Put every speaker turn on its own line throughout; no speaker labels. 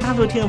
大陆听众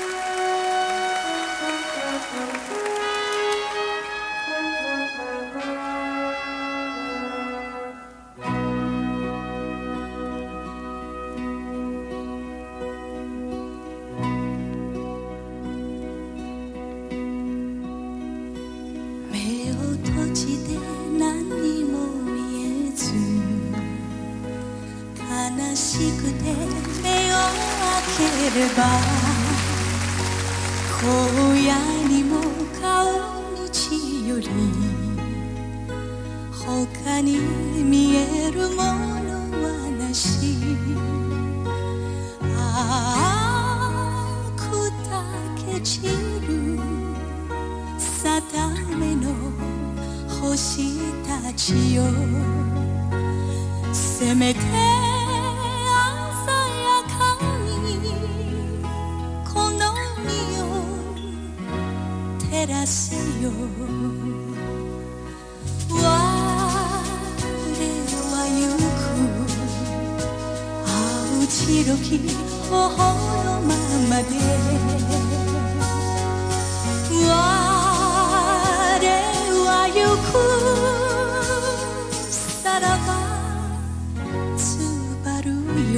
目を閉じて何にも見えず悲しくて目を開ければ荒野にも顔道より他に見えるものはなしああ砕け散る定めの星たちよせめてですよ我はゆく青白き頬のままで我はゆくさらばつばるよ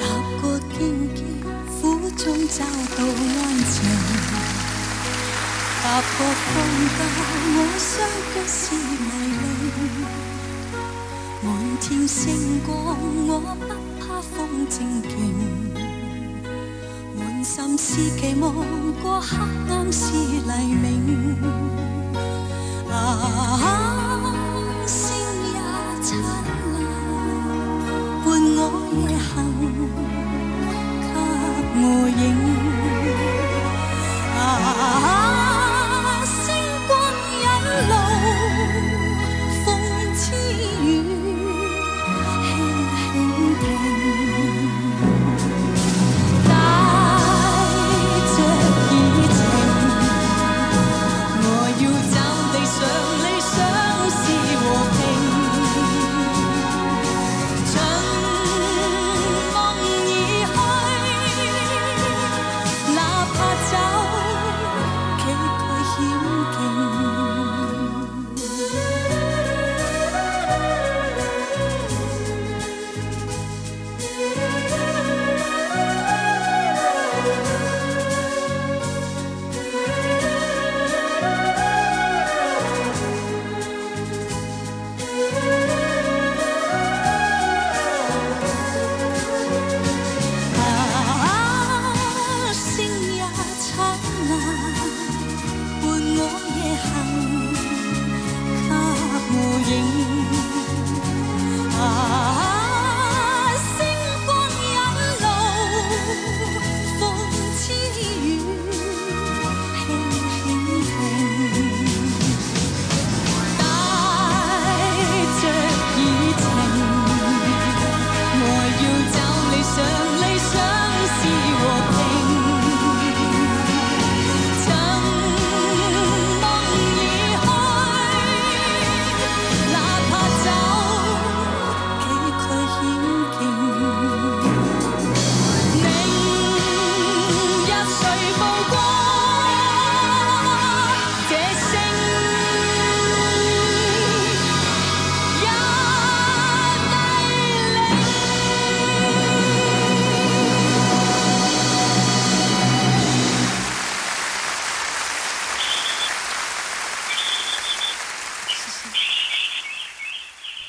踏過荊棘，苦中找到安靜。踏過風教，我想的是迷離。滿天星光，我不怕風正勁。滿心思期望過黑暗是黎明。啊，星也燦爛。伴我夜行，給我影。啊，星光引路，風之雨輕輕聽。帶着熱情，我要找地上理想是和平。盡夢已去，哪怕走崎嶇險徑。啊，星也燦爛，伴我夜行，給我影。啊，星光引路，風之雨輕輕聽，帶着熱情。我要找理想，理想是和平。曾夢已開，哪怕走崎嶇險徑。明日誰曝光？這星也低零。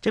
这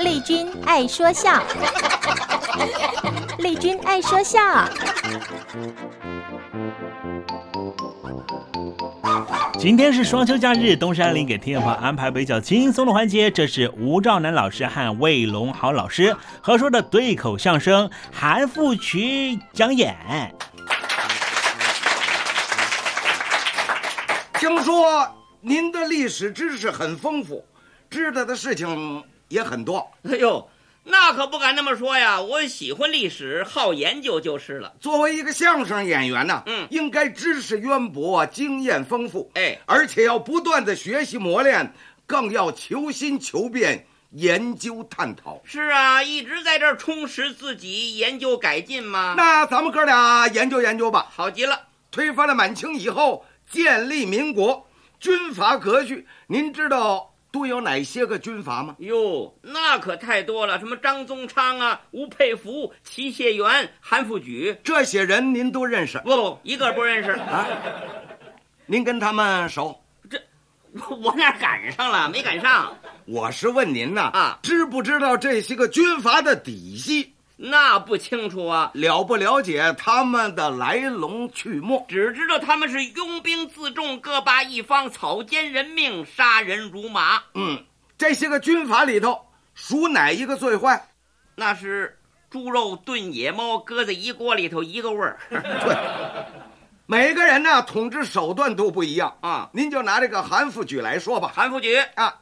丽君爱说 笑，丽君爱说笑。
今天是双休假日，东山林给天华安排比较轻松的环节，这是吴兆南老师和魏龙豪老师合说的对口相声《韩复渠》讲演。
听说您的历史知识很丰富，知道的事情也很多。
哎呦，那可不敢那么说哎呀，我喜欢历史，好研究就是了。
作为一个相声演员呢，嗯，应该知识渊博，经验丰富，哎，而且要不断的学习磨练，更要求新求变，研究探讨。
是啊，一直在这儿充实自己，研究改进嘛。
那咱们哥俩研究研究吧。
好极了，
推翻了满清以后，建立民国，军阀割据，您知道都有哪些个军阀吗？
哟，那可太多了，什么张宗昌啊、吴佩孚、齐燮元、韩复榘，
这些人您都认识？
不不，一个不认识啊。
您跟他们熟？
我我哪赶上了？没赶上。
我是问您呐，啊，知不知道这些个军阀的底细？
那不清楚啊，
了不了解他们的来龙去脉？
只知道他们是拥兵自重，各霸一方，草菅人命，杀人如麻。
嗯，这些个军阀里头，属哪一个最坏？
那是猪肉炖野猫，搁在一锅里头一个 味儿。
每个人呢，统治手段都不一样啊。您就拿这个韩复榘来说吧，
韩复榘
啊，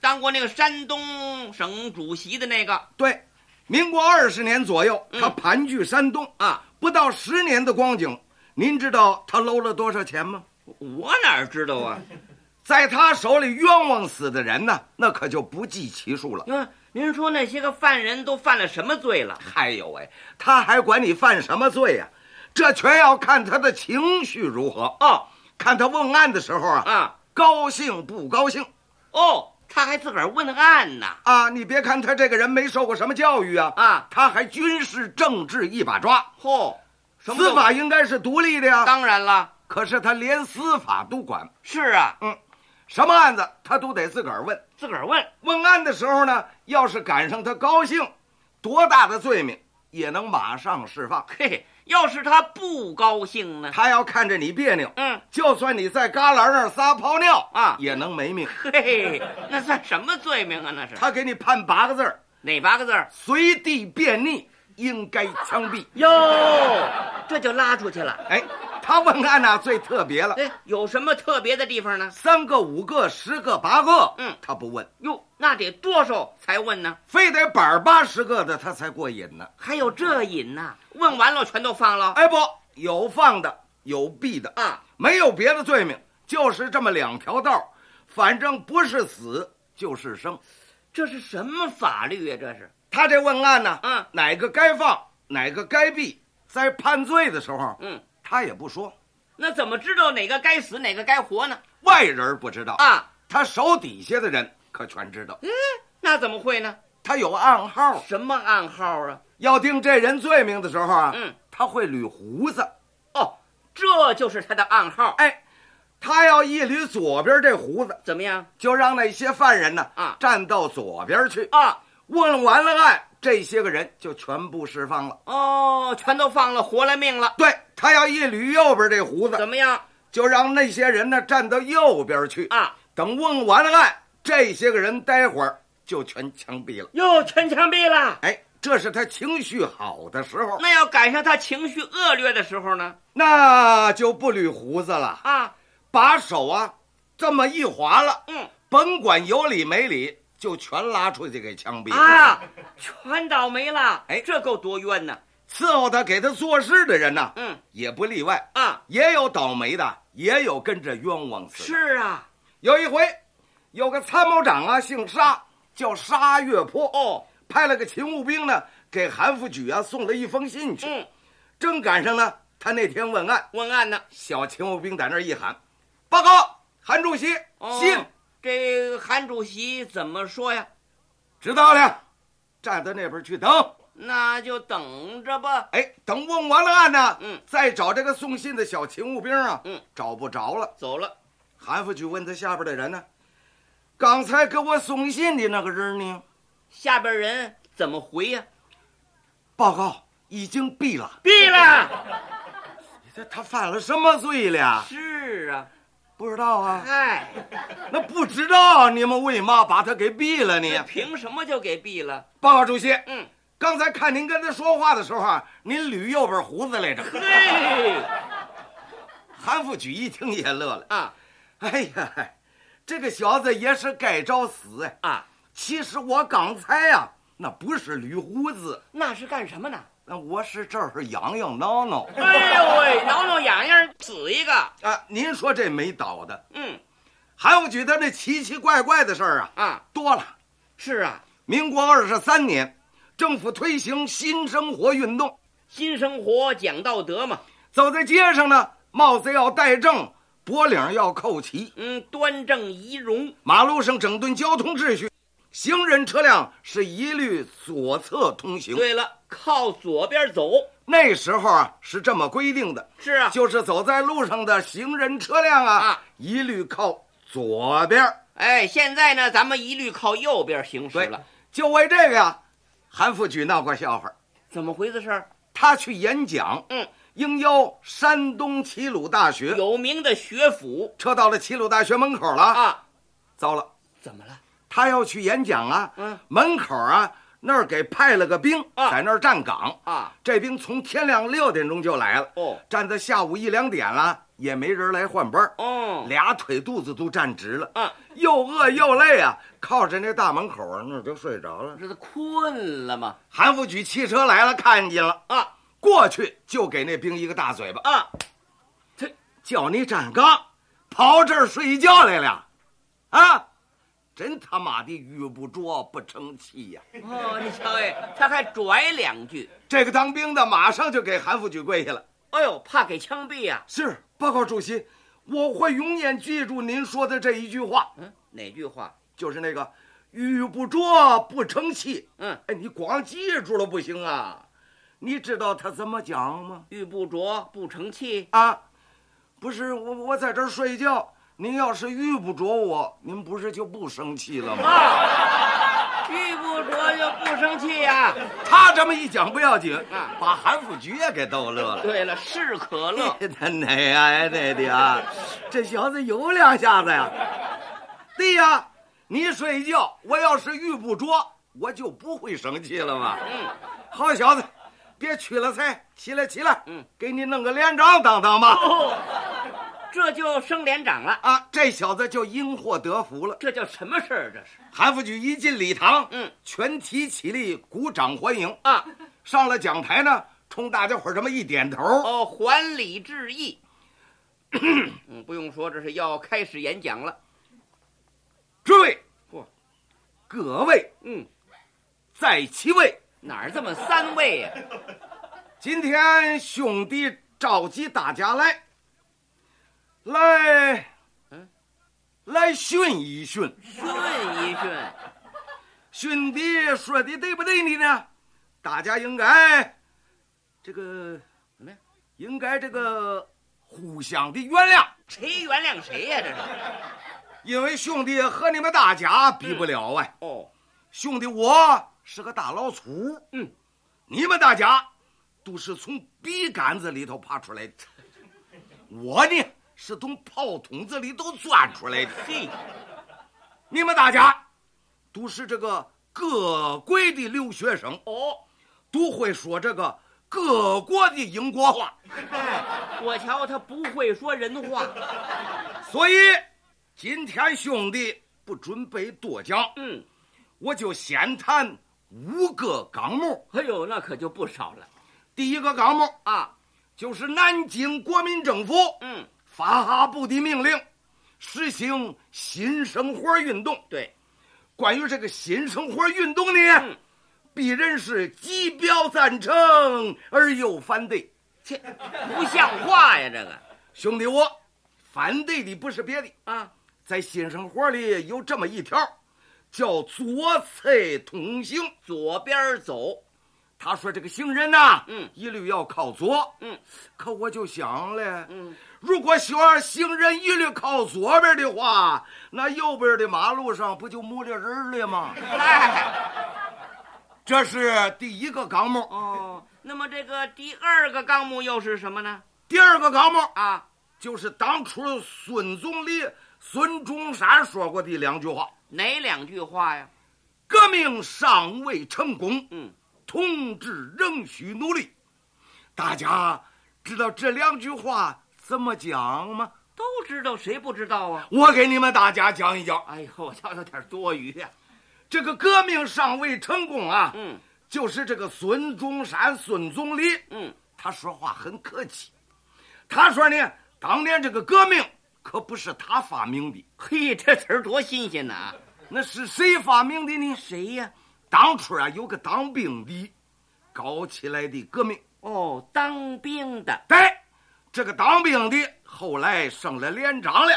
当过那个山东省主席的那个，
对，民国二十年左右，
嗯
他盘踞山东、啊，不到十年的光景，您知道他搂了多少钱吗？
我哪知道啊？
在他手里冤枉死的人呢，那可就不计其数了。
您您说那些个犯人都犯了什么罪了？
哎呦喂，他还管你犯什么罪呀、这全要看他的情绪如何
哦
啊，看他问案的时候啊，啊，高兴不高兴
哦，他还自个儿问案呢。
啊？你别看他这个人没受过什么教育啊，啊，他还军事政治一把抓。
嚯、什么都
司法应该是独立的呀。
当然了，
可是他连司法都管。
是啊，
嗯，什么案子他都得自个儿问。
自个儿问。
问案的时候呢，要是赶上他高兴，多大的罪名也能马上释放。
嘿，要是他不高兴呢？
他要看着你别扭，
嗯，
就算你在旮旯那儿撒泡尿啊，也能没命。
嘿，那算什么罪名啊？那是
他给你判八个字儿：
哪八个字儿？
随地便溺，应该枪毙。
哟，这就拉出去了。
哎，他问案呐、最特别了，
哎，有什么特别的地方呢？
三个、五个、十个、八个，嗯，他不问，
哟，那得多少才问呢？
非得板儿八十个的他才过瘾呢。
还有这瘾呐、问完了全都放了。
哎不，有放的，有毙的
啊，
没有别的罪名，就是这么两条道儿，反正不是死就是生。
这是什么法律啊？这是
他这问案呢，
嗯，
哪个该放，哪个该毙，在判罪的时候，
嗯，
他也不说，
那怎么知道哪个该死，哪个该活呢？
外人不知道，
啊，嗯
他手底下的人可全知道，
那怎么会呢？
他有暗号，
什么暗号啊？
要定这人罪名的时候啊，
嗯，
他会捋胡子，
哦，这就是他的暗号。
哎，他要一捋左边这胡子，
怎么样？
就让那些犯人呢
啊
站到左边去
啊。
问完了案，这些个人就全部释放了。
哦，全都放了，活了命了。
对他要一捋右边这胡
怎
子，
么样
就让那些人呢站到右边去。
啊？
等问完了案，这些个人待会儿就全枪毙了。
又全枪毙了。
哎，这是他情绪好的时候，
那要赶上他情绪恶劣的时候呢？
那就不捋胡子了，
啊，
把手啊这么一划了，
嗯
甭管有理没理，就全拉出去给枪毙了。
啊，全倒霉了。
哎
这够多冤呐！
伺候他、给他做事的人呢，
嗯
也不例外，
啊，
也有倒霉的，也有跟着冤枉死的。
是啊，
有一回，有个参谋长啊，姓沙，叫沙月坡，哦，派了个勤务兵呢，给韩复榘啊送了一封信去。
嗯，
正赶上呢，他那天问案，
问案呢。
小勤务兵在那儿一喊：“报告，韩主席，
哦
信，
这韩主席怎么说呀？
知道了，站到那边去等。”
那就等着吧。
哎，等问完了案呢，
嗯，
再找这个送信的小勤务兵啊，
嗯，
找不着了。
走了，
韩复榘问他下边的人呢：“刚才给我送信的那个人呢？
下边人怎么回呀、
报告已经毙了。
毙了！
你这他犯了什么罪了？
是啊，哎
不知道啊。
嗨，
那不知道你们为嘛把他给毙了呢？
哎凭什么就给毙了？
报告主席，
嗯，
刚才看您跟他说话的时候啊，您捋右边胡子来 着。
嘿，
韩副举一听也乐了
啊！
哎呀，这个小子也是该找死哎！
啊，
其实我刚才呀、那不是捋胡子，
那是干什么呢？
那我是这儿痒痒挠挠。
哎呦喂，挠挠痒痒，死一个。
啊，您说这没倒的，
嗯
韩复榘他那奇奇怪怪的事儿啊
啊，
多了。
是啊，
民国二十三年，政府推行新生活运动，
新生活讲道德嘛。
走在街上呢，帽子要戴正，脖领要扣齐，
嗯，端正仪容。
马路上整顿交通秩序，行人车辆是一律左侧通行。
对了，靠左边走。
那时候啊是这么规定的，
是啊，
就是走在路上的行人车辆啊，
啊
一律靠左边儿。
哎，现在呢，咱们一律靠右边行驶
对
了。，
就为这个呀，韩复榘闹过笑话。
怎么回事儿？
他去演讲，
嗯，
应邀山东齐鲁大学，
有名的学府
车到了齐鲁大学门口了。
啊，
糟了，
怎么了？
他要去演讲啊，
嗯，
门口啊那儿给派了个兵，
啊
在那儿站岗。
啊，
这兵从天亮六点钟就来了，
哦
站到下午一两点了，也没人来换班儿。
哦，
俩腿肚子都站直了，
啊，
又饿又累啊，靠着那大门口儿那儿就睡着了。
这是困了吗？
韩复榘汽车来了，看见了，
啊
过去就给那兵一个大嘴巴，
啊，
叫你站岗，跑这儿睡觉来了，啊！真他妈的遇不着不成器呀、
哦，你瞧哎，他还拽两句。
这个当兵的马上就给韩复榘跪下了。
哎呦，怕给枪毙啊呀、
是，报告主席，我会永远记住您说的这一句话，
嗯，哪句话？
就是那个“遇不着不成器”。
嗯，
哎，你光记住了不行啊！你知道他怎么讲吗？
遇不着不成器。
啊，不是我，我在这儿睡觉。您要是遇不着我，您不是就不生气了 吗？
遇啊不着就不生气啊呀、
他这么一讲不要紧
啊，
把韩复榘也给逗乐了。
对了，是 可乐。
他哎奶奶奶的啊，这小子有两下子呀！对呀，你睡觉，我要是遇不着，我就不会生气了嘛。
嗯，
好小子，别屈了才，起来起来，
嗯，哦
给你弄个连长当当吧。
这就升连长了。
啊，这小子就因祸得福了。
这叫什么事儿？这是
韩复榘一进礼堂，
嗯，
全体起立，鼓掌欢迎。
啊，
上了讲台呢，冲大家伙儿这么一点头，
哦，还礼致意。嗯，不用说，这是要开始演讲了。
诸位，
嚯
各位
嗯，
在其位，
哪儿这么三位呀、
今天兄弟召集大家来，来，
嗯，
来训一训，
训一训，
训的说的对不对你呢？大家应该这个
什么呀？
应该这个互相的原谅。
谁原谅谁呀、这是
因为兄弟和你们大家比不了哎，
哦，
兄弟我是个大老粗，
嗯，
你们大家都是从笔杆子里头爬出来的，我呢是从炮筒子里头钻出来的，
嘿，
你们大家都是这个各国的留学生，
哦，
都会说这个各国的英国话，
哎，我瞧他不会说人话。
所以今天兄弟不准备多讲，
嗯，
我就先谈五个纲目。
哎呦，那可就不少了
第一个纲目
啊。
就是南京国民政府
嗯，
发布的命令，实行新生活运动。
对，
关于这个新生活运动呢，
嗯
鄙人是既表赞成而又反对。
切，不像话呀，这个
兄弟我，反对的不是别的，
啊，
在新生活里有这么一条，叫左侧通行。
左边走，
他说这个行人呐、
嗯
一律要靠左。
嗯，
可我就想了，
嗯，
如果说行人一律靠左边的话，那右边的马路上不就没了人了吗？
哎，
这是第一个纲目。
哦，那么这个第二个纲目又是什么呢？
第二个纲目
啊，
就是当初孙总理孙中山说过的两句话。
哪两句话呀？
革命尚未成功，
嗯，
同志仍需努力。大家知道这两句话怎么讲吗？
都知道，谁不知道啊？
我给你们大家讲一讲。
哎呦，我瞧有点多余呀、
这个革命尚未成功啊，
嗯，
就是这个孙中山孙总理，
嗯，
他说话很客气。他说呢，当年这个革命可不是他发明的，
嘿，这词儿多新鲜呐、啊！
那是谁发明的呢？
谁呀、
当初啊，有个当兵的搞起来的革命。
哦，当兵的。
对，这个当兵的后来升了连长了，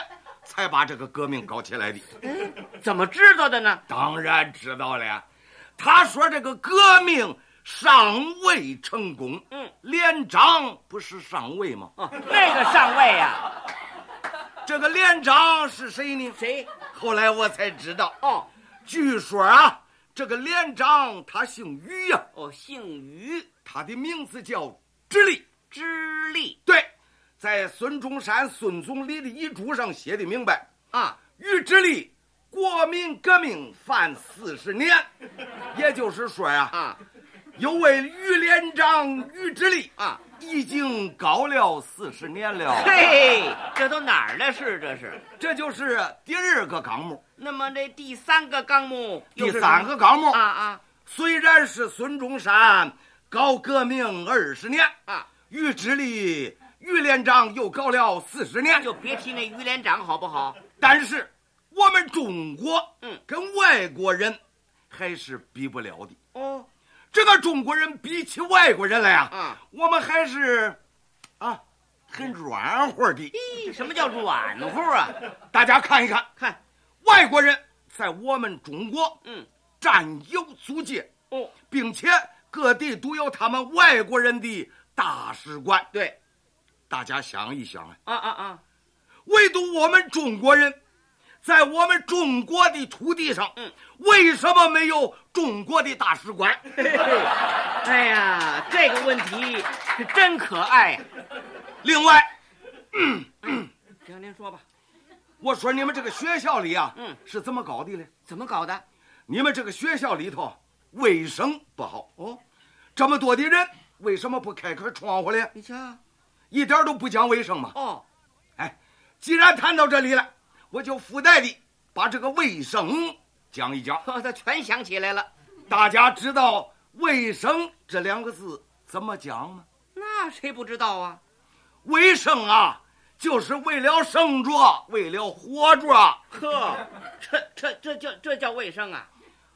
才把这个革命搞起来的。
怎么知道的呢？
当然知道了呀。他说这个革命尚未成功。
嗯，
连长不是上尉吗？
哦， 那个上啊尉呀、
这个连长是谁呢？
谁？
后来我才知道，
哦
据说啊，这个连长他姓于呀、
哦，姓于，
他的名字叫直隶。
知立
对，在孙中山、孙总理的遗嘱上写的明白，
啊。
于直隶国民革命犯四十 年，也就是说呀、
啊，
有位于连长于直隶
啊，
已经搞了四十年了。
嘿，这都哪儿的事？这是。
这就是第二个纲目。
那么这第三个纲目又
第
是什么，
三个纲目
啊啊
虽然是孙中山搞革命二十年，
啊！
于直隶于连长又搞了四十年，
就别提那于连长好不好？
但是我们中国，
嗯
跟外国人还是比不了的。
哦，
这个中国人比起外国人来啊，
啊
我们还是啊很软和的。
咦，什么叫软乎啊？
大家看一看，
看，
外国人在我们中国，
嗯，
占有足迹，
哦，
并且各地都有他们外国人的大使馆。
对，
大家想一想啊，
啊啊啊，
唯独我们中国人，在我们中国的土地上，
嗯，
为什么没有中国的大使 馆？
哎呀，这个问题真可爱嗯呀、
另外，
行，您说吧，
我说你们这个学校里啊，
嗯
是怎么搞的嘞？
怎么搞的？
你们这个学校里头卫生不好，
哦，
这么多的人，为什么不开开窗户嘞？
你瞧，
一点都不讲卫生嘛。
哦，
哎，既然谈到这里了，我就附带的把这个卫生讲一讲。
呵他全想起来了。
大家知道“卫生”这两个字怎么讲吗？
那谁不知道啊？
卫生啊，就是为了生着，为了活着。
呵，这这这叫这叫卫生啊！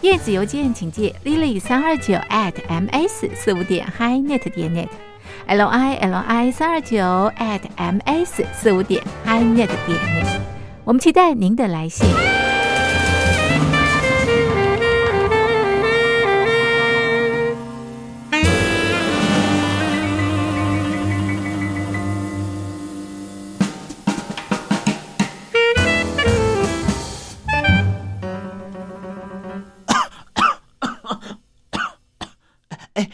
电子邮件请寄 lily 三二九 at ms 四五点 highnet 点 net，l i l i 三二九 at ms 四五点 highnet 点 net。我们期待您的来信。
哎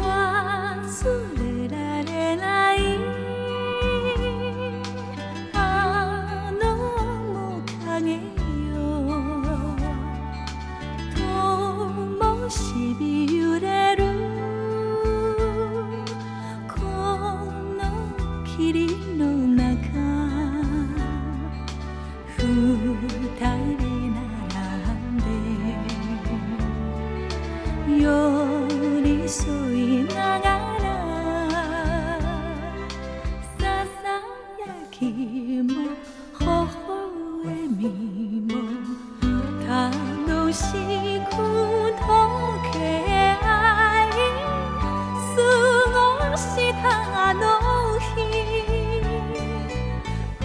我出来来来啊，侬无看的哟，多么是美有的路，可侬去的路那看，路太的那难的。寄添ながらささやきも微笑みも楽しく溶け合い過ごしたあの日愛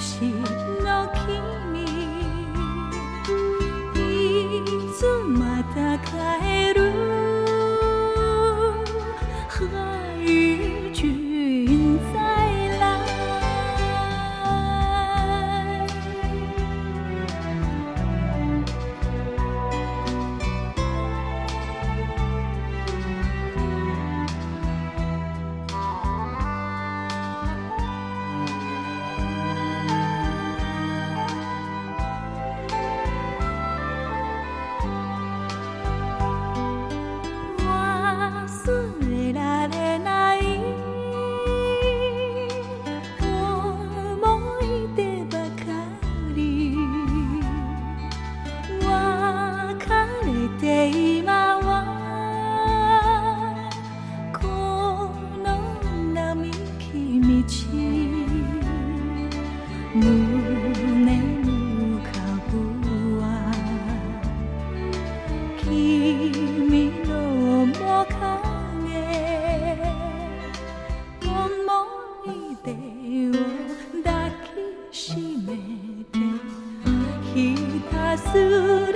しの君いつまた帰る海军再来忘れられない思い出ばかり別れて今はこの並木道胸に浮かぶわ君の面影思い出を抱きしめてひたすら